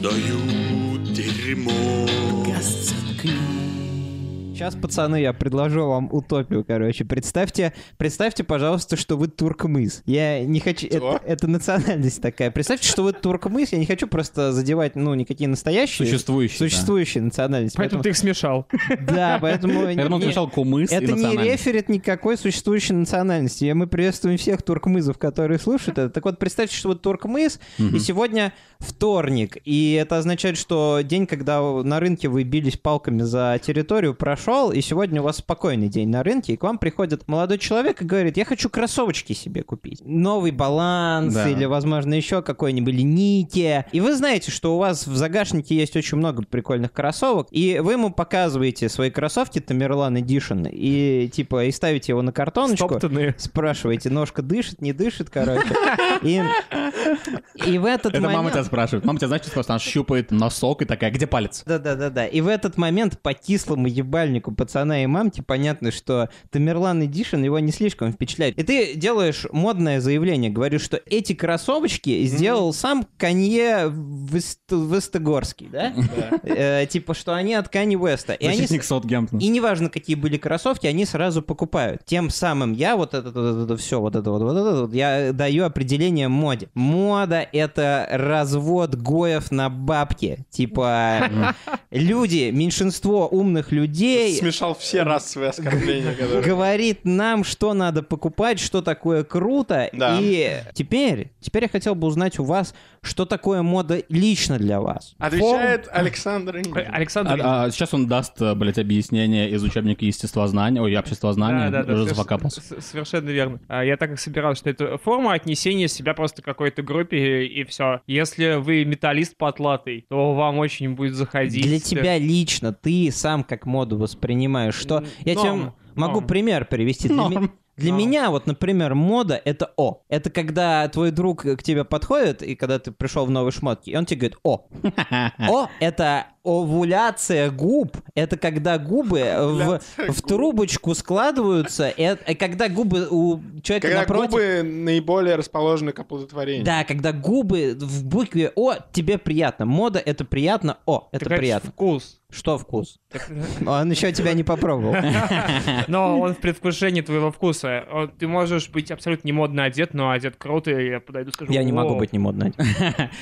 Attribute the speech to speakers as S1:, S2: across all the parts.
S1: продают дерьмо.
S2: Сейчас, пацаны, я предложу вам утопию, короче. Представьте, представьте, пожалуйста, что вы туркмыс. Я не хочу...
S3: Что?
S2: Это, это национальность такая. Представьте, что вы туркмыс. Я не хочу просто задевать, ну, никакие настоящие...
S4: Существующие, да.
S2: Существующие национальности.
S5: Поэтому ты их смешал.
S2: Да, поэтому...
S4: Поэтому он
S2: не-
S4: смешал кумыс и
S2: Это не
S4: национальность.
S2: реферит никакой существующей национальности. И мы приветствуем всех туркмызов, которые слушают это. Так вот, представьте, что вот туркмыз, и сегодня вторник. И это означает, что день, когда на рынке вы бились палками за территорию, прошел, и сегодня у вас спокойный день на рынке, и к вам приходит молодой человек и говорит, я хочу кроссовочки себе купить. Новый баланс
S4: Да.
S2: или, возможно, еще какой-нибудь или Nike. И вы знаете, что у вас в загашнике есть очень много прикольных кроссовок, и вы ему показываете свои кроссовки Тамерлан Edition, и типа, и ставите его на картоночку.
S5: Стоптанные.
S2: Спрашиваете, ножка дышит, не дышит, короче. И, и в этот
S4: Это мама
S2: момент...
S4: тебя спрашивает. Мама тебя, знаешь, что спрашивает? Она щупает носок и такая, где палец?
S2: Да-да-да-да. И в этот момент по кислому ебальнику пацана и мамки понятно, что Тамерлан Эдишн его не слишком впечатляет. И ты делаешь модное заявление, говоришь, что эти кроссовочки сделал сам Канье Вест- Вестогорский, да? Э, Типа, что они от Канье Веста. И они с-
S4: Защитник Саутгемптона.
S2: и неважно, какие были кроссовки, они сразу покупают. Тем самым я вот это, все, вот это, вот, вот это, вот, я даю определение моде. Мода — это развод гоев на бабки. Типа люди, меньшинство умных людей
S3: Смешал все расовые оскорбления, которые...
S2: говорит нам, что надо покупать, что такое круто.
S3: Да.
S2: И теперь, теперь я хотел бы узнать у вас, что такое мода лично для вас.
S3: Отвечает Александр
S5: Э,
S3: Ингин.
S5: Александр,
S4: А- а сейчас он даст, э, блядь, объяснение из учебника естествознания, ой,
S2: а,
S4: обществознания,
S5: Да, да, да,
S4: уже
S5: соверш-
S4: зафакапался.
S5: с- Совершенно верно. А, Я так и собирал, что это форма отнесения себя просто к какой-то группе, и все. Если вы металлист потлатый, то вам очень будет заходить.
S2: Для тебя лично, ты сам как моду воспринимаешь, что...
S5: М,
S2: Я тебе
S5: норм,
S2: м- могу
S5: норм.
S2: пример привести. Для,
S4: Норм.
S2: ме- для
S5: Норм.
S2: меня, вот, например, мода — это «о». Это когда твой друг к тебе подходит, и когда ты пришел в новой шмотке, и он тебе говорит «о». «О» — это овуляция губ. Это когда губы в, в трубочку складываются, и это- и когда губы у человека
S3: Когда
S2: напротив...
S3: губы наиболее расположены к оплодотворению.
S2: Да, когда губы в букве «о» тебе приятно. Мода — это приятно, «о» — это
S5: Так
S2: приятно.
S5: вкус.
S2: Что вкус?
S5: Так,
S2: Он еще тебя не попробовал.
S5: Но он в предвкушении твоего вкуса. Он- Ты можешь быть абсолютно не модно одет, но одет круто, и я подойду скажу...
S2: Я не могу
S5: «О,
S2: быть не модной.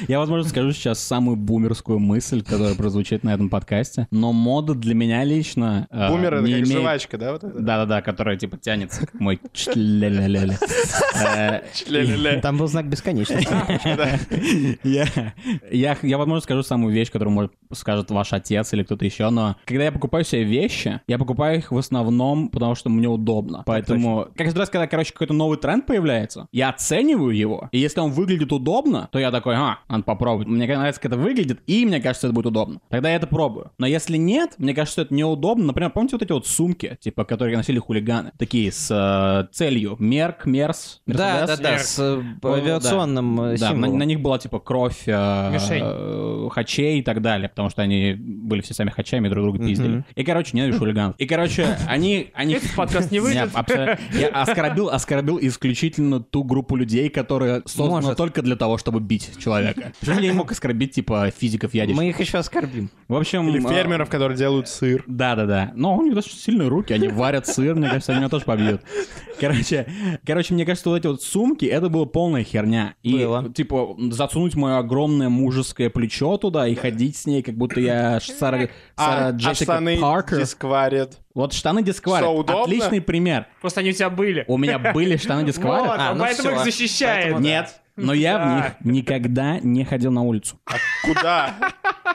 S4: Я, возможно, скажу сейчас самую бумерскую мысль, которая прозвучит на этом подкасте, но мода для меня лично э,
S3: Бумер — это
S4: не
S3: как
S4: имеет-
S3: жвачка, да? вот это?
S4: Да-да-да, которая типа тянется, как мой чле-ле-ле-ле. Э,
S3: Чле-ле-ле.
S2: Там был знак бесконечности.
S4: Я, я, я, возможно, скажу самую вещь, которую может, скажет ваш отец или кто-то еще, но когда я покупаю себе вещи, я покупаю их в основном, потому что мне удобно. Поэтому, как каждый раз, когда, короче, какой-то новый тренд появляется, я оцениваю его, и если он выглядит удобно, то я такой, а, надо попробовать. Мне нравится, как это выглядит, и мне кажется, это будет удобно. Тогда я это пробую. Но если нет, мне кажется, что это неудобно. Например, помните вот эти вот сумки, типа, которые носили хулиганы? Такие с э, целью Мерк, Мерс,
S2: Да,
S4: Мерседес?
S2: да, да, с э,
S4: О,
S2: авиационным э,
S4: да, на, на
S2: символом.
S4: них была типа кровь э,
S5: Мишень.
S4: э, хачей и так далее, потому что они были все сами хачами и друг друга пиздили. И, короче, ненавижу хулиганов. И, короче, они... они...
S5: Этот подкаст не
S4: Я,
S5: выйдет.
S4: абсолютно- я оскорбил, оскорбил исключительно ту группу людей, которая создана
S2: Может.
S4: только для того, чтобы бить человека. Почему я не мог оскорбить, типа, физиков ядерщиков?
S2: Мы их еще оскорбим.
S4: В общем...
S3: Или
S4: э,
S3: фермеров, которые делают сыр.
S4: да, да, да. Но у них достаточно сильные руки, они варят сыр, мне кажется, они меня тоже побьют. Короче, короче, мне кажется, вот эти вот сумки, это была полная херня. И,
S2: Было.
S4: типа, засунуть мое огромное мужеское плечо туда и ходить с ней, как будто я ш- Сара, Сара
S3: А, а
S4: Джессика
S3: штаны
S4: Паркер.
S3: дискварят.
S4: Вот штаны
S3: Всё
S4: дискварит.
S3: удобно?
S4: Отличный пример.
S5: Просто они у тебя были.
S4: У меня были штаны
S5: Вот,
S4: дискварит.
S2: А,
S5: он
S2: ну
S5: поэтому
S2: всё.
S5: их защищает.
S4: Нет. Но я в них никогда не ходил на улицу.
S3: А Куда?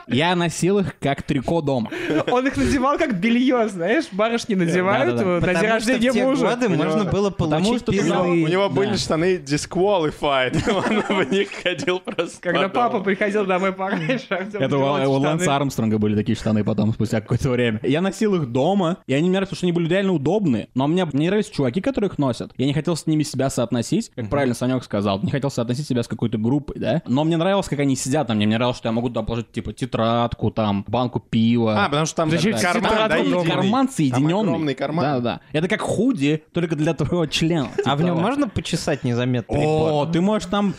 S4: Я носил их как трико дома.
S5: Он их надевал как белье, знаешь, барышни надевают
S4: Да-да-да.
S5: э, на день
S2: Потому что
S5: рождения
S2: в те
S5: мужа.
S2: годы можно было получить
S4: что ты
S3: У него-
S2: пизды.
S3: У него
S4: Да.
S3: были штаны disqualified. Он в них ходил просто.
S5: Когда
S3: по
S5: папа
S3: дому.
S5: приходил домой пораньше, Артём
S4: Это у,
S5: надевал эти
S4: у
S5: штаны.
S4: Ланса Армстронга были такие штаны потом, спустя какое-то время. Я носил их дома, и они мне нравятся, потому что они были реально удобные. Но мне, мне нравились чуваки, которые их носят. Я не хотел с ними себя соотносить, как правильно Санек сказал, не хотел соотносить себя с какой-то группой, да? Но мне нравилось, как они сидят на мне. Мне нравилось, что я могу туда положить, типа, тетрадку, там, банку пива.
S3: А, потому что там
S5: Зачем
S3: да,
S5: карман,
S3: карман, да,
S5: там
S3: единый.
S4: карман соединенный.
S3: Там огромный карман.
S4: Да, да. Это как худи, только для твоего члена.
S2: А в нем
S4: Типа.
S2: можно почесать незаметно?
S4: О, ты можешь там...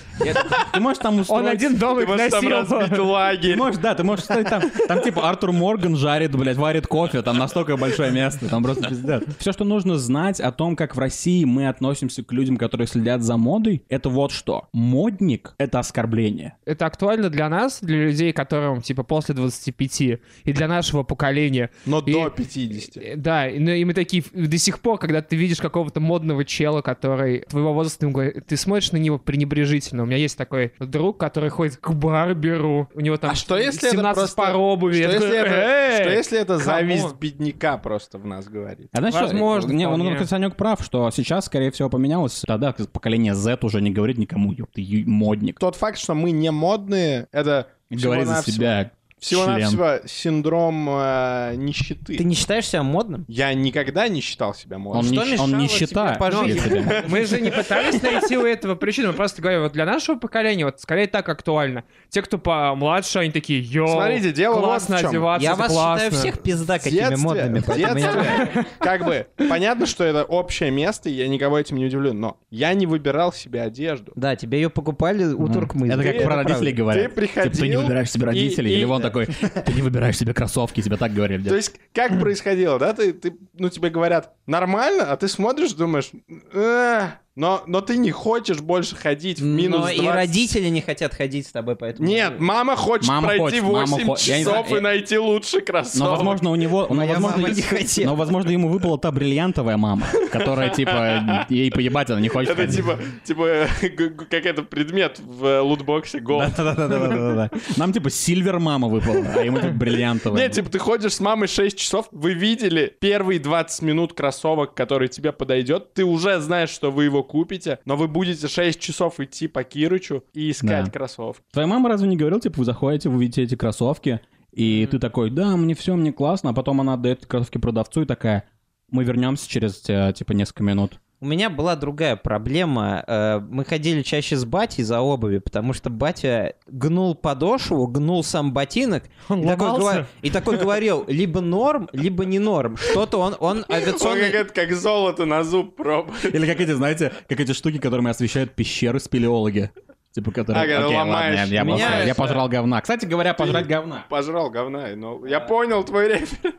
S4: Ты можешь там устроить...
S5: Он один дома
S3: Ты
S5: их
S3: можешь там
S5: носил.
S3: разбить
S4: Ты
S3: лагерь.
S4: можешь, да, ты можешь стоять там, там типа Артур Морган жарит, блядь, варит кофе, там настолько большое место, там просто пиздец. Все, что нужно знать о том, как в России мы относимся к людям, которые следят за модой, это вот что. Модник — это оскорбление.
S5: Это актуально для нас, для людей, которым, типа, после 25, и для нашего поколения.
S4: Ну,
S3: Но
S5: И-
S3: до 50.
S5: Э, Да, и- ну, и мы такие, ф- до сих пор, когда ты видишь какого-то модного чела, который твоего возраста, ты, ему говоришь- ты смотришь на него пренебрежительно. У меня есть такой друг, который ходит к барберу, у него там
S3: А что если это
S5: 17
S3: просто...
S5: пар обуви.
S3: Что
S5: Я
S3: если
S5: такой,
S3: это-
S5: «Эй!»
S3: что если это зависть
S5: камон.
S3: бедняка просто в нас говорит?
S4: А знаешь, что?
S5: Возможно,
S4: не, он,
S5: вполне.
S4: он, Санек прав, что сейчас, скорее всего, поменялось. Тогда поколение Z уже не говорит никому, ёб ты, ю- модник.
S3: Тот факт, что мы не модные, это
S4: Говорит за
S3: всего-навсего-
S4: себя.
S3: Всего-навсего синдром э, нищеты.
S2: Ты не считаешь себя модным?
S3: Я никогда не считал себя модным.
S4: Он
S2: Что
S4: не, он не
S2: мешало тебе
S4: считает.
S2: по
S4: я
S2: жизни?
S4: тебе-
S5: Мы же не пытались найти у этого причину, мы просто говорим, вот для нашего поколения, вот скорее так актуально. Те, кто помладше, они такие, йоу,
S3: Смотрите, дело вот
S5: классно
S3: в чём.
S5: одеваться,
S2: Я
S5: это
S2: вас
S5: классно».
S2: считаю всех пизда
S3: В
S2: какими
S3: детстве-
S2: модными.
S3: в
S2: поэтому я-
S3: детстве, как бы, понятно, что это общее место, и я никого этим не удивлю, но я не выбирал себе одежду.
S2: Да, тебе ее покупали у туркмы.
S4: Это как
S3: это
S4: про
S3: правда.
S4: родителей говорят.
S3: Ты приходил,
S4: Типа, ты не выбираешь себе
S3: и-
S4: родителей.
S3: и-
S4: Или он такой, ты не выбираешь себе кроссовки, тебя так говорили.
S3: То
S4: дед.
S3: есть, как происходило, да? Ты, ты, ну, тебе говорят, нормально, а ты смотришь, думаешь, «Э, но, но ты не хочешь больше ходить в минус
S2: Но и
S3: 20.
S2: родители не хотят ходить с тобой, поэтому...
S3: Нет, мама хочет
S4: Мама
S3: пройти
S4: хочет, мама
S3: 8
S4: хо- я не знаю,
S3: часов
S4: я-
S3: и найти лучше кроссовок.
S4: Но, возможно, у него... Но,
S2: Моя
S4: возможно,
S2: мама не хотела.
S4: но, возможно, ему выпала та бриллиантовая мама, которая, типа, ей поебать, она не хочет.
S3: Это
S4: ходить.
S3: типа, типа, г- г- как это предмет в э, лутбоксе голд.
S4: Да-да-да-да-да-да. Нам, типа, сильвер мама выпала, а ему, типа, бриллиантовая.
S3: Нет, типа, ты ходишь с мамой 6 часов, вы видели первые 20 минут кроссовок, который тебе подойдет, ты уже знаешь, что вы его купите, но вы будете 6 часов идти по Кирычу и искать
S4: Да.
S3: кроссовки.
S4: Твоя мама разве не говорила, типа, вы заходите, вы видите эти кроссовки, и ты такой, да, мне все, мне классно, а потом она отдает кроссовки продавцу и такая, мы вернемся через, э, типа, несколько минут.
S2: У меня была другая проблема. Э, Мы ходили чаще с батей за обуви, потому что батя гнул подошву, гнул сам ботинок.
S5: Он
S2: и, такой
S5: ломался?
S2: говор- и такой говорил, либо норм, либо не норм. Что-то он, он
S3: Он как,
S2: авиационный...
S3: это, как золото на зуб пробует.
S4: Или как эти, знаете, как эти штуки, которыми освещают пещеры спелеологи. Типа, которые...
S3: А, когда
S4: Окей,
S3: ломаешь.
S4: ладно, я, я
S2: Меня
S4: пожрал- я
S3: это-
S4: пожрал говна. Кстати говоря, пожрать говна.
S3: Пожрал говна, но я понял твой рефер.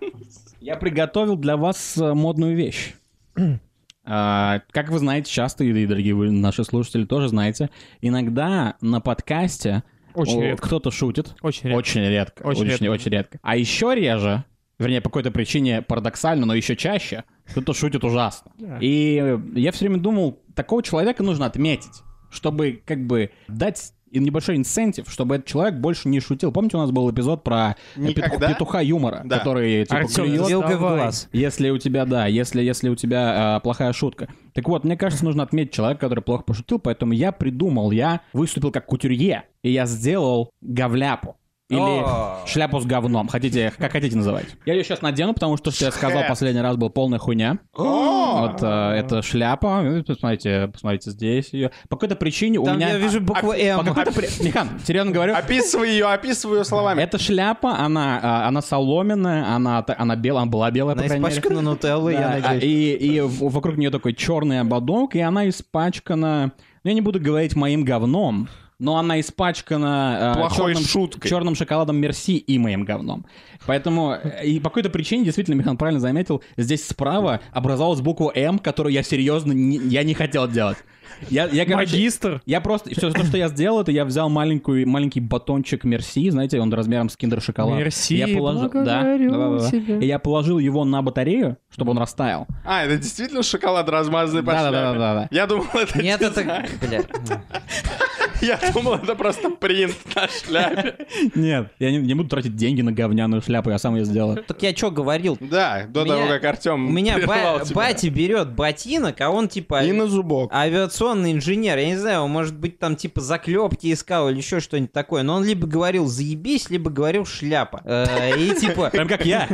S4: Я приготовил для вас э, модную вещь. А, Как вы знаете, часто, и дорогие вы, наши слушатели тоже знаете, иногда на подкасте
S5: Очень
S4: о,
S5: редко.
S4: кто-то шутит.
S5: Очень редко.
S4: Очень редко.
S5: Очень
S4: Очень,
S5: редко.
S4: очень редко. А еще реже, вернее, по какой-то причине парадоксально, но еще чаще, кто-то шутит ужасно.
S5: Да.
S4: И э, я все время думал, такого человека нужно отметить, чтобы как бы дать им небольшой инсентив, чтобы этот человек больше не шутил. Помните, у нас был эпизод про э, петух-
S3: Никогда?
S4: петуха юмора,
S3: Да.
S4: который типа
S5: Артём,
S4: клюет.
S2: Вилкой в
S5: Давай.
S2: глаз.
S4: Если у тебя, да, если, если у тебя э, плохая шутка. Так вот, мне кажется, нужно отметить человека, который плохо пошутил, поэтому я придумал, я выступил как кутюрье, и я сделал говляпу. Или
S2: О.
S4: шляпу с говном. Хотите, как хотите называть. Я ее сейчас надену, потому что, что я сказал последний раз, был полная хуйня.
S3: О!
S4: Вот э, это шляпа. Э, Посмотрите, посмотрите здесь ее. По какой-то причине у
S2: Там
S4: меня...
S2: я вижу букву
S4: По
S2: М.
S4: какой-то при- Михан, серьезно говорю,
S3: Описывай ее, описывай ее словами.
S4: эта шляпа, она, э, она соломенная, она, та- она белая, она была белая, по
S2: Она
S4: крайней мере.
S2: испачкана нутеллой, я
S4: Да, а,
S2: надеюсь.
S4: И, и в- вокруг нее такой черный ободок, и она испачкана... Ну, я не буду говорить моим говном, но она испачкана э,
S3: Плохой
S4: черным,
S3: шуткой.
S4: черным шоколадом Мерси и моим говном. Поэтому, э, и по какой-то причине, действительно, Михан правильно заметил, здесь справа образовалась буква М, которую я серьезно не, я не хотел делать. Я, я, короче,
S5: Магистр.
S4: я просто... Все, то, что я сделал, это я взял маленькую, маленький батончик Мерси, знаете, он размером с киндер-шоколад.
S5: Мерси,
S4: я положил, да,
S5: благодарю
S4: да-да-да.
S5: тебя.
S4: И я положил его на батарею, чтобы он растаял.
S3: А, это действительно шоколад размазанный по
S4: Да-да-да-да-да.
S3: шляпе? Я думал, это
S2: Нет,
S3: не
S2: это...
S3: знаю.
S2: Бля.
S3: Я думал, это просто принт на шляпе.
S4: Нет, я не, не буду тратить деньги на говняную шляпу, я сам ее сделаю.
S2: Так я что говорил?
S3: Да, до
S2: Меня-
S3: того, как Артем
S2: У меня
S3: прервал
S2: ба-
S3: тебя.
S2: батя берет ботинок, а он типа...
S3: И на зубок.
S2: авиационный инженер, я не знаю, он, может быть, там типа заклепки искал или еще что-нибудь такое, но он либо говорил «заебись», либо говорил «шляпа». Э, И типа,
S4: Прям как я.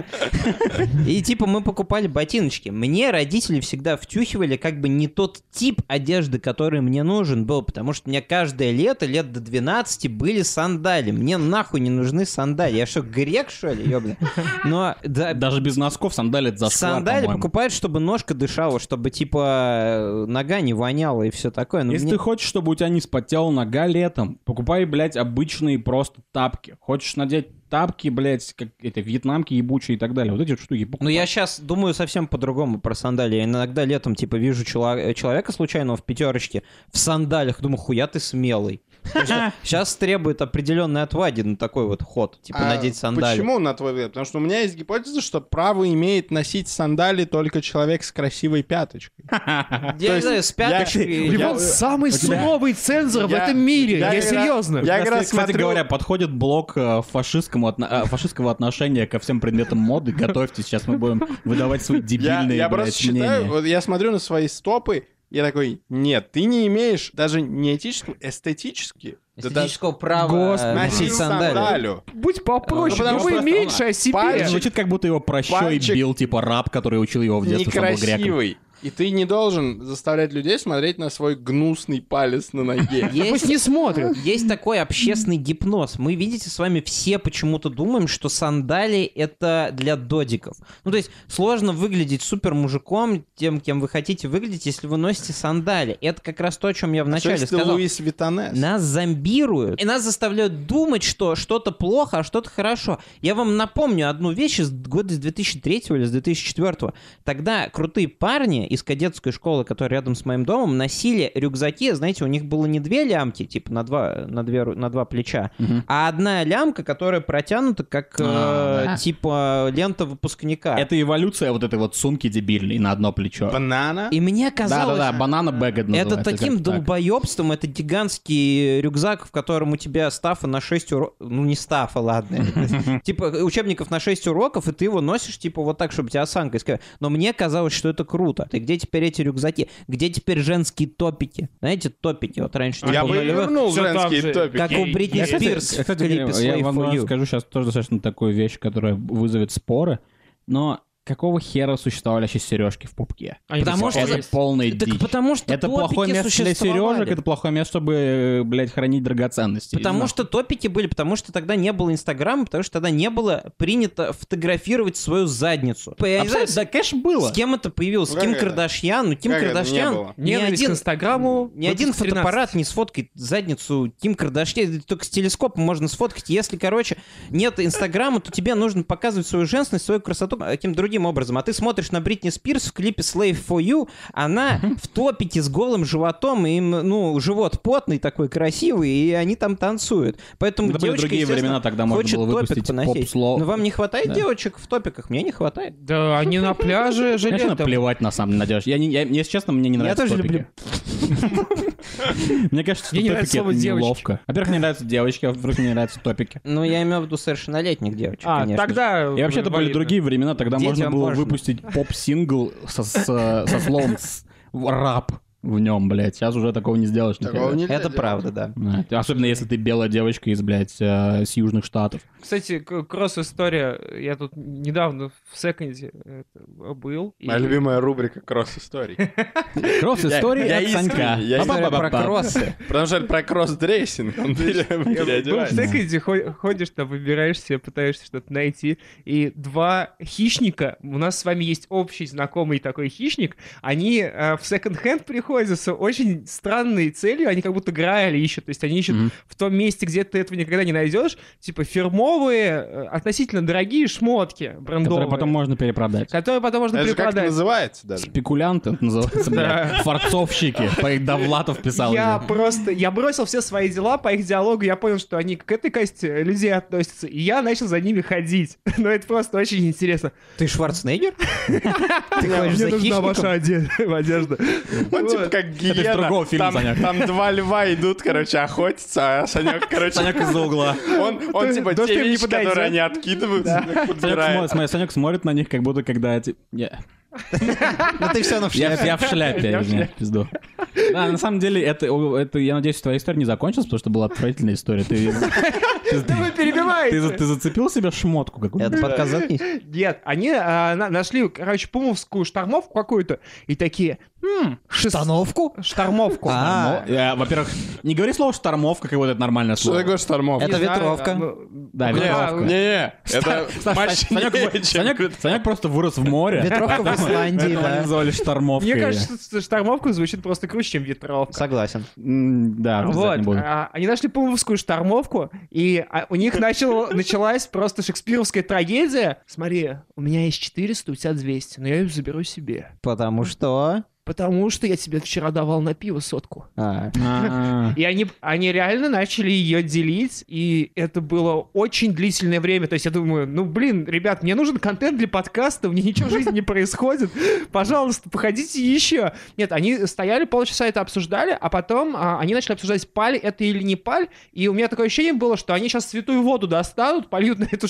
S2: и типа мы покупали ботиночки. Мне родители всегда втюхивали как бы не тот тип одежды, который мне нужен был, потому что мне каждая лето, лет до 12 были сандали. Мне нахуй не нужны сандали. Я что, грек, что ли, ёбля? Но да,
S4: Даже без носков сандалит за шквар,
S2: сандали
S4: по-моему.
S2: покупают, чтобы ножка дышала, чтобы, типа, нога не воняла и все такое. Но
S4: Если
S2: мне-
S4: ты хочешь, чтобы у тебя не спотела нога летом, покупай, блядь, обычные просто тапки. Хочешь надеть тапки, блядь, как это, вьетнамки ебучие и так далее. Вот эти вот штуки
S2: Ну,
S4: покупай.
S2: я сейчас думаю совсем по-другому про сандали. Я иногда летом, типа, вижу чела- э, человека случайного в пятерочке в сандалях. Думаю, хуя ты смелый. Сейчас требует определенной отваги на такой вот ход. Типа,
S3: А
S2: надеть сандали.
S3: Почему, на твой взгляд? Потому что у меня есть гипотеза, что право имеет носить сандали только человек с красивой пятой.
S2: Я не знаю, с
S3: я-
S2: пяточкой...
S3: я-
S5: Ливон самый
S4: тебя-
S5: суровый цензор в
S3: Я-
S5: этом мире,
S3: я
S5: я,
S3: как раз-
S5: серьезно.
S3: я как
S4: Кстати,
S3: раз
S4: кстати
S3: смотрю-
S4: говоря, подходит блок э, фашистскому отно- э, фашистского отношения ко всем предметам моды. Готовьтесь, сейчас мы будем выдавать свои
S3: Я,
S4: дебильные,
S3: я
S4: блядь,
S3: просто считаю,
S4: мнения.
S3: вот я смотрю на свои стопы, я такой, нет, ты не имеешь даже не этически, эстетически. да даже
S2: Эстетического права
S5: Господи.
S2: э,
S3: носить
S2: носить сандали.
S3: сандалю.
S5: Будь попроще,
S3: Ну, потому
S5: думай
S3: что
S5: меньше о себе.
S4: Это
S3: пальчик-
S4: звучит, как будто его прощой
S3: пальчик-
S4: бил, типа, раб, который учил его в детстве, чтобы был греком.
S3: Некрасивый. И ты не должен заставлять людей смотреть на свой гнусный палец на ноге. А
S5: Да Пусть не смотрят.
S2: Есть такой общественный гипноз. Мы, видите, с вами все почему-то думаем, что сандали — это для додиков. Ну, то есть сложно выглядеть супер мужиком, тем, кем вы хотите выглядеть, если вы носите сандали. Это как раз то, о чем я
S3: А Что,
S2: вначале
S3: если ты
S2: сказал.
S3: Луис Витанес.
S2: Нас зомбируют. И нас заставляют думать, что что-то плохо, а что-то хорошо. Я вам напомню одну вещь из года с 2003 или с 2004. Тогда крутые парни из кадетской школы, которая рядом с моим домом, носили рюкзаки. Знаете, у них было не две лямки, типа на два, на две, ру- на два плеча,
S4: Мгм.
S2: а одна лямка, которая протянута как э,
S4: А, да.
S2: типа лента выпускника.
S4: Это эволюция вот этой вот сумки дебильной на одно плечо.
S3: Банана.
S2: И мне казалось, э,
S4: Да-да-да, банана бэг Ну это
S2: Это
S4: называется,
S2: таким
S4: как-то так.
S2: долбоебством, это гигантский рюкзак, в котором у тебя стафа на 6 уроков, ну не стафа, ладно, типа учебников на 6 уроков, и ты его носишь, типа, вот так, чтобы тебя осанка искала. Но мне казалось, что это круто. И где теперь эти рюкзаки? Где теперь женскые топики? Знаете, топики, вот раньше...
S3: Я
S2: типа,
S3: бы
S2: были вы-
S3: вернул
S5: Всё там
S3: женские
S5: же.
S3: топики.
S2: Как у Бритни
S4: Я, кстати,
S2: Спирс
S4: я,
S2: в
S4: кстати,
S2: клипе
S4: говорю,
S2: «Slave
S4: я вам
S2: for You».
S4: расскажу сейчас тоже достаточно такую вещь, которая вызовет споры, но какого хера существовали вообще сережки в пупке?
S2: Потому что
S4: Это
S2: есть.
S4: полная
S2: Так
S4: дичь.
S2: потому что
S4: Это
S2: топики
S4: плохое место для
S2: существовали.
S4: сережек, это плохое место, чтобы, э, блядь, хранить драгоценности.
S2: Потому
S4: Нахуй.
S2: что топики были, потому что тогда не было Инстаграма, потому что тогда не было принято фотографировать свою задницу. Я не знаю,
S4: Абсолютно, да, конечно, было.
S2: С кем это появилось? С
S3: Ну,
S2: Ким
S3: как это?
S2: Кардашьян? Ну, Ким
S3: Как это не
S2: Кардашьян
S3: было?
S2: ни
S5: Ненависть к
S2: один...
S5: Инстаграму.
S2: Ни один
S5: выпуск 13.
S2: фотоаппарат не сфоткает задницу Ким Кардашьян. Только с телескопа можно сфоткать. Если, короче, нет Инстаграма, то тебе нужно показывать свою женственность, свою красоту каким-то другим образом. А ты смотришь на Бритни Спирс в клипе «Slave for You», она в топике с голым животом, им, ну, живот потный такой красивый, и они там танцуют. Поэтому
S4: Да были
S2: девочка,
S4: Ну, другие
S2: естественно,
S4: времена, тогда можно
S2: хочет
S4: было
S2: топик
S4: выпустить
S2: поносить.
S4: поп-сло-
S2: Но вам не хватает
S4: Да.
S2: девочек в топиках? Мне не хватает.
S5: Да, они на пляже же
S4: Конечно,
S5: летом.
S4: плевать на самом деле, Надежда. Я, не- я- мне, если честно, мне не нравятся
S2: тоже
S4: топики. Мне кажется, что
S5: Мне
S4: топики
S5: не нравится
S4: это
S5: слово «девочки».
S4: неловко. Во-первых, мне нравятся девочки, а во-вторых, мне нравятся топики.
S2: Ну, я имел в виду совершеннолетних девочек,
S5: А,
S2: конечно. же.
S5: тогда...
S4: И вообще это были
S5: инвалидно.
S4: другие времена, тогда
S2: Детям
S4: можно было
S2: можно.
S4: выпустить поп-сингл со, с- э, со словом с- «рап» в нем, блядь. Сейчас уже такого не сделаешь
S3: Такого
S4: никогда.
S3: нельзя
S2: Это
S3: делать.
S2: правда, да.
S4: Да, Особенно если ты белая девочка из, блядь, э, с южных штатов.
S5: Кстати, к- кросс-история. Я тут недавно в секонде э, был. и-
S3: Моя любимая рубрика кросс-историй.
S4: Кросс-истории
S3: Я- я
S4: от Санька.
S3: искренне, я
S2: История
S4: Ба-ба-ба-ба.
S2: про кроссы.
S3: Потому что это про кросс-дрессинг. Он пере-
S5: Я был Ну, в
S3: переодевается.
S5: секонде, хо- ходишь там, выбираешь себе, пытаешься что-то найти. И два хищника, у нас с вами есть общий знакомый такой хищник, они э, в секонд-хенд приходят с очень странной целью, они как будто грали ищут, то есть они ищут
S4: Мгм.
S5: в том месте, где ты этого никогда не найдешь, типа фирмовые, э, относительно дорогие шмотки брендовые.
S4: Которые потом можно перепродать.
S5: которые потом можно
S3: Это же как это
S5: перепродать.
S3: называется даже.
S4: Спекулянты это называется, блядь. Фарцовщики. По- Довлатов писал.
S5: Я
S4: уже.
S5: просто, я бросил все свои дела по их диалогу, я понял, что они к этой касте людей относятся, и я начал за ними ходить. Но это просто очень интересно.
S2: Ты Шварценеггер? Ты ходишь
S5: Мне
S2: за
S5: нужна ваша
S2: хищником?
S5: одежда. одежда.
S3: Он типа как
S4: из другого
S3: гиена.
S4: фильма,
S3: Там,
S4: Санек.
S3: там два льва идут, короче, охотятся, а Санек, короче...
S4: Санек из-за угла.
S3: Он, он
S5: То-
S3: типа
S5: то, что
S3: те
S5: им не
S3: вещи, которые
S5: подойдет.
S3: они откидывают,
S4: Санек смотрит,
S3: подбирает.
S4: смотри, Санек смотрит на них, как будто когда... ти- Я
S2: Ну ты все на в
S4: я-
S2: шляпе.
S4: я в шляпе, я знаю, пизду. Да, на самом деле, это, о, это, я надеюсь, твоя история не закончилась, потому что была отвратительная история. Ты
S5: Да вы
S4: Ты, за-
S5: понимаете?
S4: ты зацепил себе шмотку
S2: Это
S4: какую-то?
S2: подкаст заткнись.
S5: Нет, они а, на- нашли, короче, пумовскую штормовку какую-то, и такие, «М, шест-
S2: Штановку?
S5: штормовку.
S2: А,
S4: Э, Во-первых, не говори слово «штормовка», как будто это нормальное
S3: Что
S4: слово.
S3: такое штормов?
S2: Это
S5: Не знаю,
S2: ветровка.
S5: а, ну,
S4: Да,
S5: ну,
S4: ветровка.
S5: ну,
S3: Не-не, это
S4: Саш, Санек-
S3: мощнее,
S4: Санек-
S3: чем
S4: Санек- Санек просто вырос в море.
S2: Ветровка в Исландии,
S4: Поэтому они
S2: да.
S4: называли штормовкой.
S5: Мне кажется, что штормовка звучит просто круче, чем ветровка.
S2: Согласен.
S4: М, Да, обязательно
S5: Вот,
S4: буду.
S5: а, они нашли пумовскую штормовку, и а, у них начал, началась просто шекспировская трагедия. Смотри, у меня есть 400, у тебя 200, но я ее заберу себе.
S2: Потому что...
S5: Потому что я тебе вчера давал на пиво сотку.
S2: А,
S4: А-а.
S5: И они, они реально начали ее делить, и это было очень длительное время. То есть я думаю, ну блин, ребят, мне нужен контент для подкаста, мне ничего в жизни не происходит. Пожалуйста, походите еще. Нет, они стояли полчаса это обсуждали, а потом а, они начали обсуждать, паль это или не паль. И у меня такое ощущение было, что они сейчас святую воду достанут, польют на эту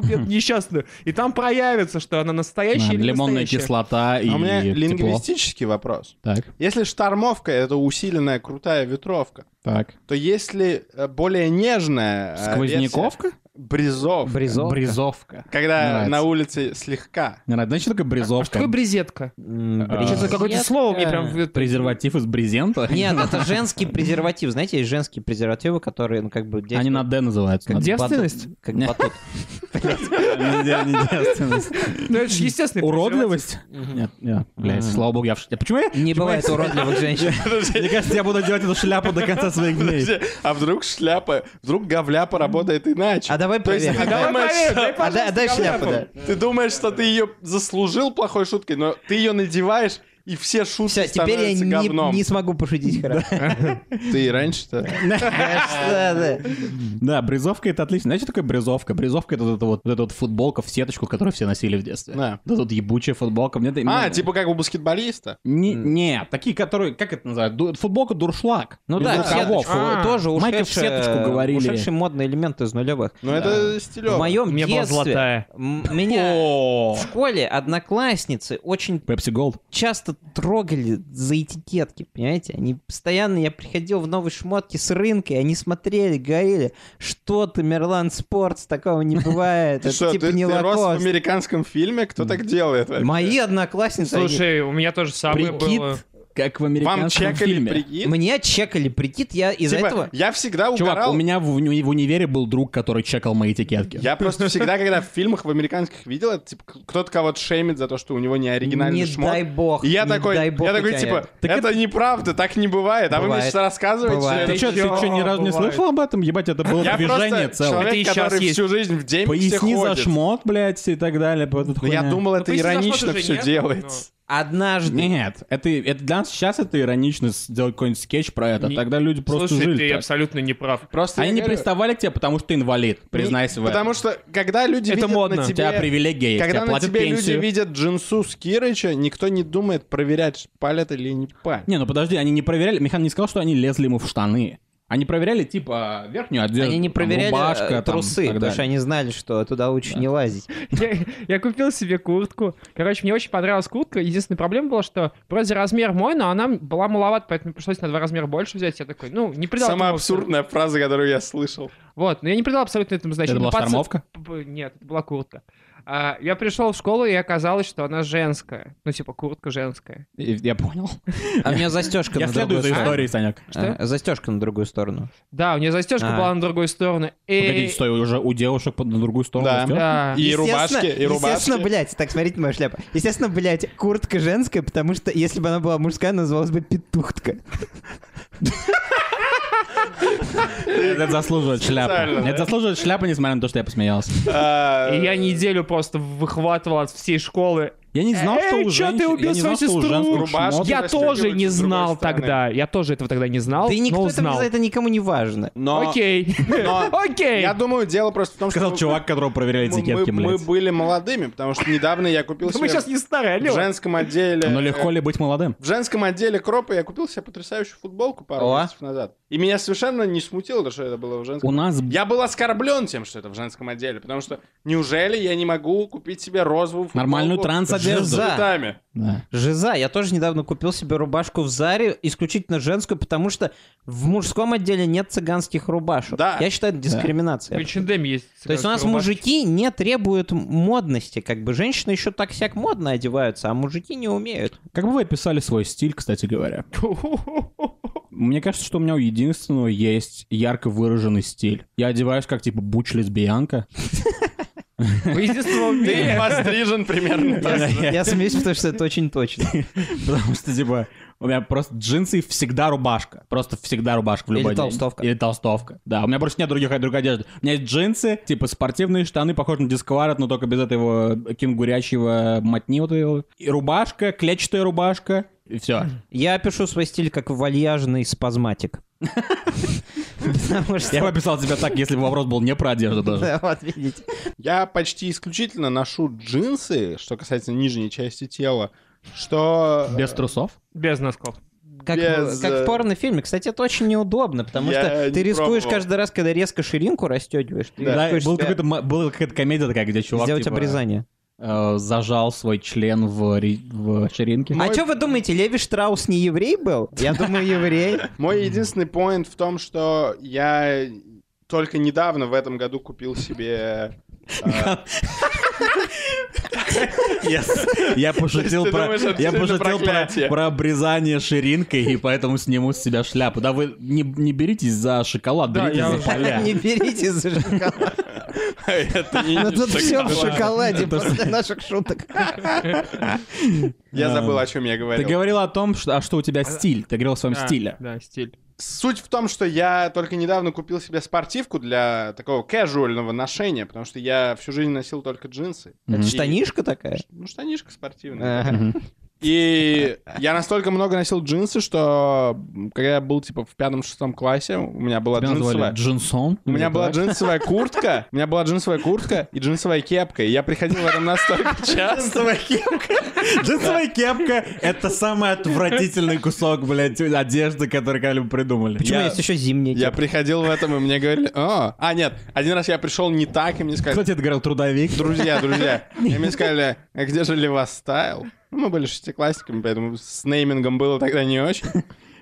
S5: бед- несчастную, и там проявится, что она настоящая
S4: Да,
S5: или не
S4: Лимонная
S5: настоящая.
S4: кислота и
S3: А у меня
S4: тепло.
S3: лингвистический вопрос.
S4: Так,
S3: Если штормовка — это усиленная крутая ветровка,
S4: так.
S3: то если э, более нежная... э,
S4: Сквозняковка?
S3: версия- Бризов.
S2: Бризовка.
S4: Бризовка.
S3: Когда
S4: Нравится.
S3: на улице слегка.
S4: Не нравится. Знаешь, что такое
S5: А что
S4: бризовка?
S5: такое брезетка?
S2: М,
S4: А.
S2: брез.
S5: Что-то какое-то слово мне прям... в-
S4: Презерватив из брезента?
S2: Нет, ну, это женский презерватив. Знаете, есть женские презервативы, которые, ну, как бы...
S4: Они
S2: действуют
S4: на «Д» называются.
S2: как
S4: на «Д».
S5: девственность?
S2: батут- Как батут.
S4: Нельзя, не девственность.
S5: Ну, это же естественно.
S4: Уродливость? Нет, нет, блядь,
S2: Ага.
S4: слава богу, я в ш- Почему я?
S2: Не
S4: Почему я-
S2: бывает уродливых женщин.
S4: Мне кажется, я буду делать эту шляпу до конца своих дней.
S3: Подожди, А вдруг шляпа, вдруг говляпа работает иначе?
S2: А давай
S3: То есть,
S2: проверим.
S3: а
S5: Давай
S3: думаешь,
S5: проверим,
S3: что-
S5: дай,
S2: А да-
S5: пожалуйста,
S2: дай
S5: давай.
S2: шляпу, да.
S3: Ты думаешь, что ты ее заслужил плохой шуткой, но ты ее надеваешь, и все шутки
S2: Все, теперь я
S3: становятся
S2: не,
S3: говном.
S2: не смогу пошутить хорошо.
S3: Ты и раньше-то...
S2: Да, да.
S4: Да, бризовка это отлично. Знаете, что такое бризовка? Бризовка это вот эта вот, вот эта вот футболка в сеточку, которую все носили в детстве.
S3: Да.
S4: Вот эта вот ебучая футболка. Мне это-
S3: А,
S4: мне-
S3: типа как у баскетболиста?
S4: Не, не, такие, которые, как это называют, Ду- футболка дуршлаг.
S2: Ну
S4: Без
S2: да, в
S4: рукавов.
S2: сеточку.
S5: А,
S2: Тоже
S4: майка в
S2: ушедшая-
S4: сеточку говорили.
S2: Ушедший модный элемент из нулевых.
S3: Ну это стилево.
S2: В моем
S5: У меня была
S2: детстве
S5: золотая.
S2: м, меня в школе одноклассницы очень
S4: Пепси Голд.
S2: часто трогали за этикетки, понимаете? Они постоянно, я приходил в новой шмотке с рынка, и они смотрели, говорили, что ты, Мерлан Спортс, такого не бывает,
S3: Ты
S2: это
S3: что,
S2: типа
S3: ты,
S2: не
S3: ты рос в
S2: лакост.
S3: американском фильме? Кто так делает? вообще?
S2: Мои одноклассницы, они-
S5: Слушай, у меня тоже самое было. Ну,
S4: Прикид, как в
S3: Вам
S4: американском
S3: чекали
S4: фильме.
S3: прикид?
S2: мне чекали прикид, я из-за
S3: Типа,
S2: этого...
S3: я всегда
S4: Чувак,
S3: угорал.
S4: у меня в, уни- в универе был друг, который чекал мои этикетки.
S3: Я просто всегда, когда в фильмах в американских видел, это, типа, к- кто-то кого-то шеймит за то, что у него не оригинальный
S2: Не
S3: шмот.
S2: дай бог,
S3: И я
S2: не
S3: такой,
S2: дай бог
S3: я
S2: у
S3: такой,
S2: тебя
S3: типа,
S2: это.
S3: это, неправда, так не бывает. А вы мне
S2: Бывает.
S3: сейчас рассказываете,
S2: Бывает.
S4: Ты
S3: что
S4: что,
S3: это...
S4: ты чё, ни разу не
S5: Бывает.
S4: слышал об этом? Ебать, это было
S3: Я
S4: движение
S3: просто
S4: целое.
S5: Это и
S3: человек,
S5: щас
S3: который
S5: есть.
S3: всю жизнь в деме все
S4: Поясни за
S3: ходит.
S4: шмот, блядь, и так далее. по этой
S3: Но я
S4: хуйне.
S3: думал, это
S5: Ну, поясни за шмот
S3: иронично
S5: уже
S3: все
S5: нет,
S3: делается.
S2: Однажды...
S4: Нет, это, это для нас сейчас это иронично сделать какой-нибудь скетч про это.
S5: Не-
S4: Тогда люди просто
S5: Слушай,
S4: жили.
S5: ты
S4: так.
S5: абсолютно не прав.
S3: Просто
S4: Они
S3: я
S4: не
S3: говорю,
S4: приставали к тебе, потому что ты инвалид, признайся в этом.
S3: Потому что, когда люди
S5: Это
S3: видят
S5: модно.
S3: на
S4: У тебя
S3: тебе...
S4: привилегия есть,
S3: Когда
S4: тебе
S3: на
S4: платят
S3: тебе люди
S4: пенсию.
S3: видят джинсу с Кирыча, никто не думает проверять, палят или не палят.
S4: Не, ну подожди, они не проверяли. Михан не сказал, что они лезли ему в штаны. Они проверяли, типа, верхнюю одежду.
S2: Они не
S4: там,
S2: проверяли
S4: рубашка,
S2: э,
S4: там,
S2: трусы,
S4: так
S2: потому
S4: далее.
S2: что они знали, что туда лучше не лазить.
S5: Я, я купил себе куртку. Короче, мне очень понравилась куртка. Единственная проблема была, что вроде размер мой, но она была маловат, поэтому пришлось на два размера больше взять. Я такой, ну, не придал...
S3: Самая
S5: этому-
S3: абсурдная фраза, которую я слышал.
S5: Вот, но я не придал абсолютно этому значения.
S4: Это была
S5: Но пацан-
S4: штормовка?
S5: П- п- Нет, это была куртка. А, я пришел в школу, и оказалось, что она женская. Ну, типа, куртка женская.
S4: И- Я понял.
S2: А у меня застежка
S4: Я
S2: на
S4: следую
S2: другую
S4: за
S2: сторону.
S4: историей, Санек.
S5: Что?
S2: А, Застежка на другую сторону.
S5: Да, у нее застежка
S2: А.
S5: была на другую сторону. И...
S4: Погодите, стой, уже у девушек под- на другую сторону.
S3: Э, Да.
S4: всё?
S5: Да.
S3: И
S2: Естественно-
S3: рубашки, и
S2: Естественно,
S3: рубашки.
S2: блядь, так, смотрите моя шляпа. Естественно, блядь, куртка женская, потому что если бы она была мужская, она называлась бы петухтка.
S4: Это заслуживает шляпы.
S3: Специально, да?
S4: Это заслуживает шляпы, несмотря на то, что я посмеялся.
S3: А,
S5: И я неделю просто выхватывал от всей школы.
S4: Я не знал,
S5: Эй,
S4: что у
S5: чё ты
S4: женщин-
S5: убил
S4: я не знал,
S5: свою
S4: что у
S5: сестру?
S4: женских
S3: Рубашки
S4: шмоток-
S5: Я
S3: расстегивать
S5: тоже
S3: с другой
S5: не знал
S3: стороны.
S5: тогда. Я тоже этого тогда не знал,
S2: Да и
S5: но
S2: никто там
S5: узнал.
S2: за это никому не важно.
S3: Но
S5: Окей.
S3: Но-
S5: Окей.
S3: я думаю, дело просто в том, что...
S4: Сказал
S3: мы-
S4: чувак, которого проверяли
S3: мы,
S4: этикетки,
S3: мы- мы
S4: блядь.
S3: были молодыми, потому что недавно я купил
S5: Да Мы
S3: себе
S5: сейчас не старые,
S3: в
S5: алло.
S3: женском отделе...
S5: э,
S4: Но легко ли быть молодым?
S3: В женском отделе Кропа я купил себе потрясающую футболку пару
S2: О.
S3: месяцев назад. И меня совершенно не смутило, что это было в женском
S4: У нас... б-
S3: Я был оскорблен тем, что это в женском отделе, потому что неужели я не могу купить себе розовую футболку
S4: Нормальную транс-одежду.
S3: с цветами?
S4: Да.
S2: Жиза, я тоже недавно купил себе рубашку в Заре, исключительно женскую, потому что в мужском отделе нет цыганских рубашек.
S3: Да.
S2: Я считаю, это дискриминация.
S5: Ну, и H&M есть.
S2: То есть у нас
S5: цыганские рубашки.
S2: мужики не требуют модности, как бы женщины еще так всяк модно одеваются, а мужики не умеют.
S4: Как бы вы описали свой стиль, кстати говоря? Мне кажется, что у меня у единственного есть ярко выраженный стиль. Я одеваюсь как, типа, буч-лесбиянка.
S5: Вы единственного
S3: Ты
S5: умеете.
S3: пострижен примерно так же.
S4: Я-
S2: Я смеюсь, потому что это очень точно.
S4: Потому что, типа, у меня просто джинсы и всегда рубашка. Просто всегда рубашка в
S2: Или
S4: любой день.
S2: толстовка.
S4: Или толстовка. Да, у меня больше нет других, другой одежды. У меня есть джинсы, типа спортивные штаны, похожие на дискварет, но только без этого кенгурячьего мотни вот этого. И рубашка, клетчатая рубашка, и все.
S2: Я пишу свой стиль как вальяжный спазматик. Потому
S4: Я бы
S2: что...
S4: описал тебя так, если бы вопрос был не про одежду даже.
S2: Да, вот видите.
S3: Я почти исключительно ношу джинсы, что касается нижней части тела, что...
S4: Без трусов?
S5: Без носков.
S2: Как,
S3: Без,
S2: в- как
S3: э,
S2: в порнофильме. Кстати, это очень неудобно, потому
S3: Я
S2: что ты
S3: не
S2: рискуешь
S3: пробовал.
S2: каждый раз, когда резко ширинку расстегиваешь, ты
S3: Да,
S4: Да,
S2: рискуешь
S4: был
S2: себя
S4: какой-то, м- была какая-то комедия такая, где чувак
S2: сделать
S4: типа,
S2: обрезание.
S4: э, зажал свой член в, ри- в ширинке.
S2: А что вы думаете, Леви Штраус не еврей был? Я думаю, еврей.
S3: Мой единственный поинт в том, что я только недавно в этом году купил себе... э,
S4: Yes. Я пошутил
S3: ты
S4: про,
S3: думаешь, это
S4: я
S3: сильно
S4: пошутил про,
S3: проклятие?
S4: про обрезание ширинкой, и поэтому сниму с себя шляпу. Да вы не, не беритесь за шоколад,
S3: Да,
S4: беритесь
S3: я
S4: за
S3: уже-
S4: поля.
S2: Не берите за шоколад.
S3: это не
S2: Но Ну, тут все в
S3: шоколад.
S2: шоколаде после наших шуток.
S3: Я
S4: Да.
S3: забыл, о чем я
S4: Ты
S3: говорил. а,
S4: говорил о том, что, а что у тебя стиль. Ты говорил о своем
S5: Да,
S4: стиле.
S5: Да, стиль.
S3: Суть в том, что я только недавно купил себе спортивку для такого кэжуального ношения, потому что я всю жизнь носил только джинсы.
S4: Мгм.
S2: Это
S3: И-
S2: штанишка Э. такая?
S3: Ну, штанишка спортивная.
S2: Ага.
S4: Мгм.
S3: И я настолько много носил джинсы, что м, когда я был, типа, в пятом-шестом классе, у меня была
S4: Тебя
S3: джинсовая...
S4: называли джинсон.
S3: а У меня
S4: Или
S3: была
S4: так?
S3: джинсовая куртка, у меня была джинсовая куртка и джинсовая кепка, и я приходил в этом настолько часто.
S4: Джинсовая кепка. Джинсовая кепка — это самый отвратительный кусок, блядь, одежды, который когда-либо придумали.
S2: Почему
S3: Я-
S2: есть еще зимний?
S3: Я приходил в этом, и мне говорили, «А, а, нет, один раз я пришел не так, и мне сказали,
S4: Кто тебе это говорил, трудовик?
S3: друзья, друзья, и мне сказали, а где же Левостайл? Ну, Мы были шестиклассниками, поэтому с неймингом было тогда не очень.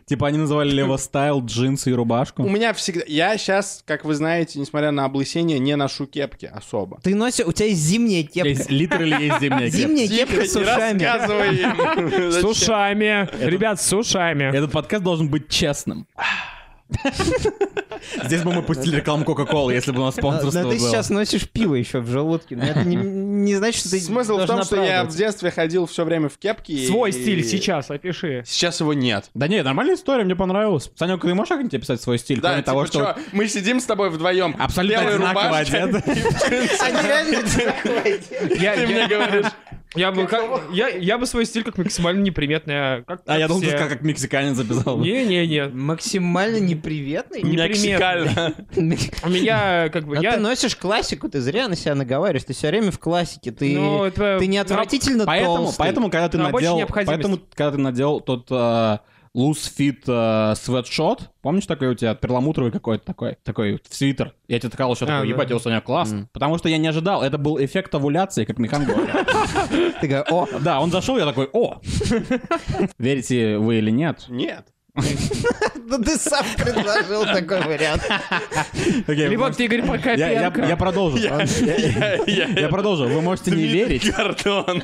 S4: Типа они называли лево стайл, джинсы и рубашку.
S3: У меня всегда... Я сейчас, как вы знаете, несмотря на облысение, не ношу кепки особо.
S2: Ты носишь, у тебя есть зимняя
S4: У тебя
S2: кепка.
S4: есть- Литерали есть зимняя кепка.
S2: Зимняя
S3: Тихо,
S2: кепка с
S3: Типа, не
S2: ушами.
S3: рассказывай им.
S5: С
S3: Зачем?
S5: ушами. Ребят, с ушами.
S4: Этот подкаст должен быть честным. Здесь бы мы пустили рекламу Кока-Колы, если бы у нас
S2: Но
S4: спонсорство
S2: но А, ты
S4: было.
S2: сейчас носишь пиво еще в желудке. Но это не- не значит, что ты
S3: Смысл в
S2: должен
S3: том, что я в
S2: оправдываться.
S3: детстве ходил все время в кепке. и-
S5: Свой стиль сейчас, опиши.
S3: Сейчас его нет.
S4: Да не, нормальная история, мне понравилось. Санек, ты можешь как-нибудь описать свой стиль?
S3: Да,
S4: кроме
S3: типа,
S4: того, что...
S3: чё, мы сидим с тобой вдвоем.
S4: Абсолютно одинаково одеты.
S2: Они реально
S5: Я,
S3: Ты мне
S5: я,
S3: говоришь,
S5: я бы, как- я, я бы свой стиль как максимально неприметный. Как,
S4: А я
S5: как
S4: думал, ты
S5: все.
S4: как, как мексиканец записал.
S5: Не-не-не.
S2: максимально неприветный.
S3: мексикально.
S2: А
S5: У меня как бы... я...
S2: ты ну, носишь классику, ты зря на себя наговариваешь. Ты все время в классике. Ты
S5: Ну, это-
S2: ты не
S5: на-
S2: отвратительно
S4: Поэтому,
S2: толстый.
S4: поэтому, когда ты
S5: На рабочей
S4: надел...
S5: необходимости.
S4: Поэтому, когда ты надел тот... э, лусфит светшот, э, помнишь такой у тебя перламутровый какой-то такой, такой свитер. Я тебе сказал еще
S5: А,
S4: такой,
S5: да.
S4: ебать, его Саня, класс. Потому что я не ожидал, это был эффект овуляции, как Михан говорил.
S2: Ты говоришь, о,
S4: Да, он зашел, я такой, о! Верите вы или нет?
S3: Нет.
S2: ну ты сам предложил такой вариант.
S4: Окей, вы
S5: Либо
S4: можете-
S5: ты, Игорь
S4: я, я-
S5: Прокопенко.
S4: я продолжу. Я, я продолжу. Вы можете не верить.
S3: Гордон.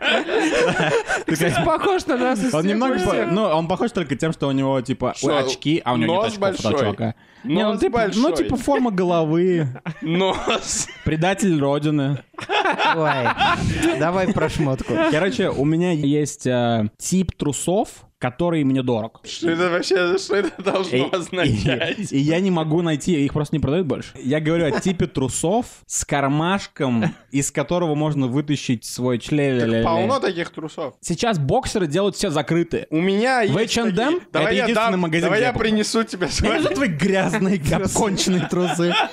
S4: Ты как-
S5: похож на нас. из
S4: Он
S5: всех,
S4: немного,
S5: из
S4: по-
S5: всех.
S4: ну, он похож только тем, что у него типа
S3: Что,
S4: очки, а у него
S3: нос
S4: нет очков у того
S3: большой?
S4: чувака.
S3: Нос
S4: Не, он типа- ну
S3: большой.
S4: типа форма головы,
S3: Нос.
S4: предатель родины.
S2: Ой, давай про шмотку.
S4: Короче, у меня есть э, тип трусов, который мне дорог.
S3: Что это вообще, что это
S4: И,
S3: должно означать?
S4: и- и я не могу найти, их просто не продают больше. Я говорю о типе трусов с кармашком, из которого можно вытащить свой член.
S3: Полно таких трусов.
S4: Сейчас боксеры делают все закрытые.
S3: У меня есть
S4: В H&M
S3: такие.
S4: это
S3: Давай я
S4: единственный
S3: дам-
S4: магазин,
S3: Давай
S4: где
S3: я
S4: я покупаю.
S3: принесу тебе
S4: Я
S3: свои.
S4: вижу твои грязные, конченые трусы.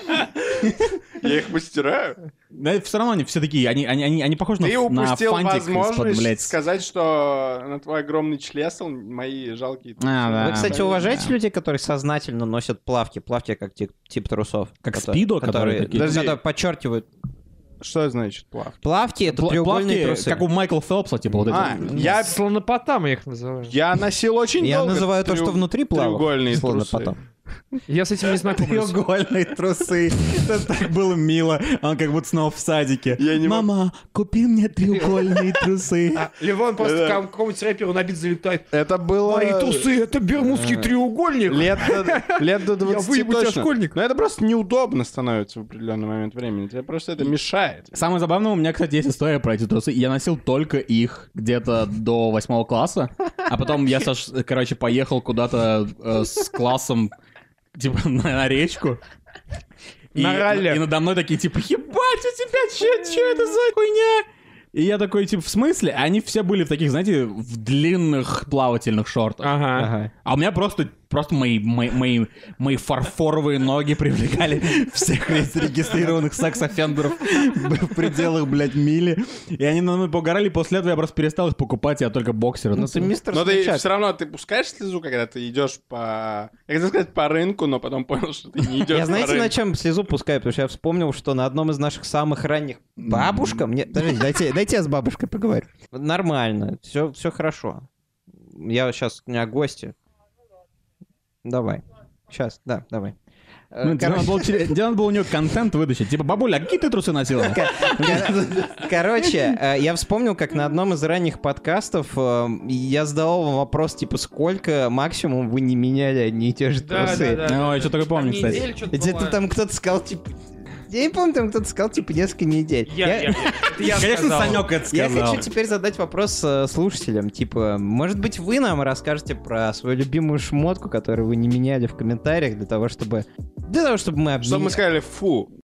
S3: Я их постираю.
S4: Да, все равно они все такие, они, они, они, они похожи
S3: Ты
S4: на, на
S3: упустил
S4: фантик из-под,
S3: возможность
S4: блядь,
S3: сказать, что на твой огромный члесл мои жалкие... трусы.
S4: А, да.
S2: Вы, кстати,
S4: да.
S2: уважаете людей, которые сознательно носят плавки? Плавки как тип, тип трусов.
S4: Как
S2: Кото-
S4: спидо, которые такие?
S2: ну,
S3: Подожди.
S2: которые подчеркивают.
S3: Что значит плавки?
S2: Плавки — это
S4: Пла-
S2: треугольные
S4: плавки,
S2: трусы.
S4: как у Майкла Фелпса, типа вот
S3: А,
S4: эти.
S3: я,
S5: Слонопотам я их называю.
S3: я носил очень
S2: Я
S3: долго
S2: называю то,
S3: трю-
S2: что внутри плавок.
S3: треугольные
S2: словно
S3: трусы.
S2: потом.
S5: Я с этим не знакомлюсь.
S4: Треугольные трусы. Это так было мило. Он как будто снова в садике.
S3: Я не мог-
S4: Мама, купи мне треугольные трусы.
S5: Левон просто
S3: Да.
S5: к какому-нибудь рэперу набит залетает.
S3: Это было...
S5: Мои тусы, это бермудский треугольник.
S3: Лет до, лет до 20
S5: выебу тебя,
S3: точно.
S5: школьник.
S3: Но это просто неудобно становится в определенный момент времени. Тебе просто это мешает.
S4: Самое забавное, у меня, кстати, есть история про эти трусы. Я носил только их где-то до восьмого класса, а потом я, Саш, короче, поехал куда-то э, с классом, типа, на, на речку. И,
S5: На ралли.
S4: и надо мной такие, типа, ебать, у тебя че, че это за хуйня? И я такой, типа, в смысле? А Они все были в таких, знаете, в длинных плавательных шортах.
S5: Ага.
S4: А у меня просто, просто мои, мои, мои, мои фарфоровые ноги привлекали всех регистрированных секс-офендеров в пределах, блядь, мили. И они на мной погорали, после этого я просто перестал их покупать, я только боксеры
S2: Ну ты
S4: носил.
S2: мистер
S3: Но ты
S2: Смельчак.
S3: все равно ты пускаешь слезу, когда ты идешь по... Я хотел сказать по рынку, но потом понял, что ты не идешь
S2: Я
S3: по
S2: знаете, на
S3: рынку.
S2: чем слезу пускаю? Потому что я вспомнил, что на одном из наших самых ранних... Бабушка? Мне... Подождите, дайте, дайте я с бабушкой поговорю. Нормально, все, все хорошо. Я сейчас... У меня гости. Давай. Сейчас, да, давай. Э,
S4: Ну, тебе
S2: короче-
S4: надо было через- тебе надо было у нее контент вытащить. Типа, бабуля, а какие ты трусы носила?
S2: Короче, э, я вспомнил, как на одном из ранних подкастов э, я задавал вам вопрос, типа, сколько максимум вы не меняли одни и те же трусы?
S4: Ну, я что-то помню, кстати.
S2: Где-то там кто-то сказал, типа... Я не помню, там кто-то сказал, типа, несколько недель.
S5: Я, я, я,
S4: Конечно,
S5: сказал.
S4: Санек это
S2: Я
S4: сказал.
S2: хочу теперь задать вопрос э, слушателям. Типа, может быть, вы нам расскажете про свою любимую шмотку, которую вы не меняли в комментариях, для того, чтобы... Для того, чтобы мы обмен-
S3: Чтобы мы сказали, фу,